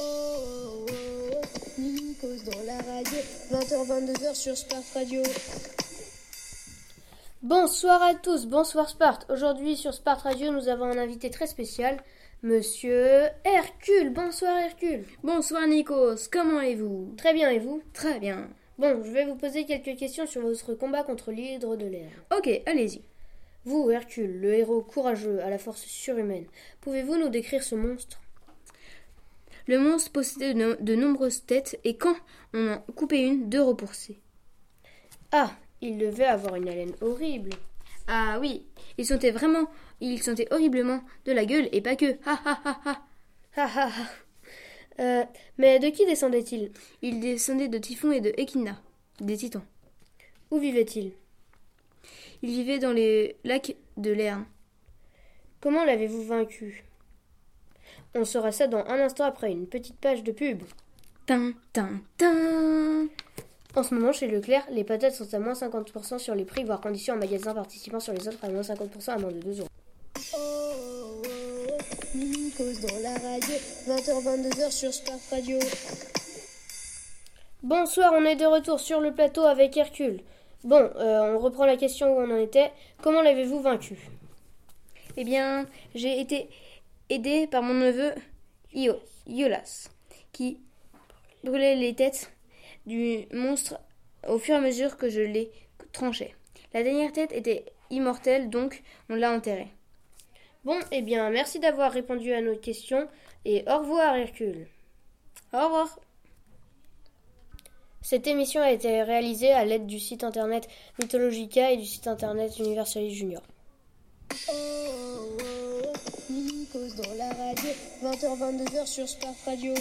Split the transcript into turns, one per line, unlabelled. oh, oh, oh. Une pause dans la radio, 20h-22h sur Spark Radio.
Bonsoir à tous, bonsoir Sparte. Aujourd'hui sur Sparte Radio, nous avons un invité très spécial, Monsieur Hercule. Bonsoir Hercule.
Bonsoir Nikos, comment allez-vous
Très bien, et vous
Très bien.
Bon, je vais vous poser quelques questions sur votre combat contre l'hydre de l'air.
Ok, allez-y.
Vous, Hercule, le héros courageux à la force surhumaine, pouvez-vous nous décrire ce monstre
Le monstre possédait de, no- de nombreuses têtes et quand on en coupait une, deux repoussaient.
Ah, il devait avoir une haleine horrible.
Ah oui, il sentait vraiment, il sentait horriblement de la gueule et pas que. Ha ha ha ha.
Ha ha ha. Euh, Mais de qui descendait-il
Il descendait de Typhon et de Echidna, des titans.
Où vivait-il
Il vivait dans les lacs de l'air.
Comment l'avez-vous vaincu On saura ça dans un instant après une petite page de pub.
Tin, tin, tin.
En ce moment, chez Leclerc, les patates sont à moins 50% sur les prix, voire conditions en magasin participant sur les autres à moins 50% à moins de 2 euros.
Oh, oh, oh, une pause dans la radio, 20h-22h sur Spark Radio.
Bonsoir, on est de retour sur le plateau avec Hercule. Bon, euh, on reprend la question où on en était. Comment l'avez-vous vaincu
Eh bien, j'ai été aidé par mon neveu Io- Iolas, qui brûlait les têtes du monstre au fur et à mesure que je les tranchais. La dernière tête était immortelle, donc on l'a enterrée.
Bon, eh bien, merci d'avoir répondu à nos questions et au revoir Hercule.
Au revoir.
Cette émission a été réalisée à l'aide du site internet Mythologica et du site internet Universalis Junior.
Oh, oh, oh, une pause dans la radio, 20h-22h sur Spark Radio.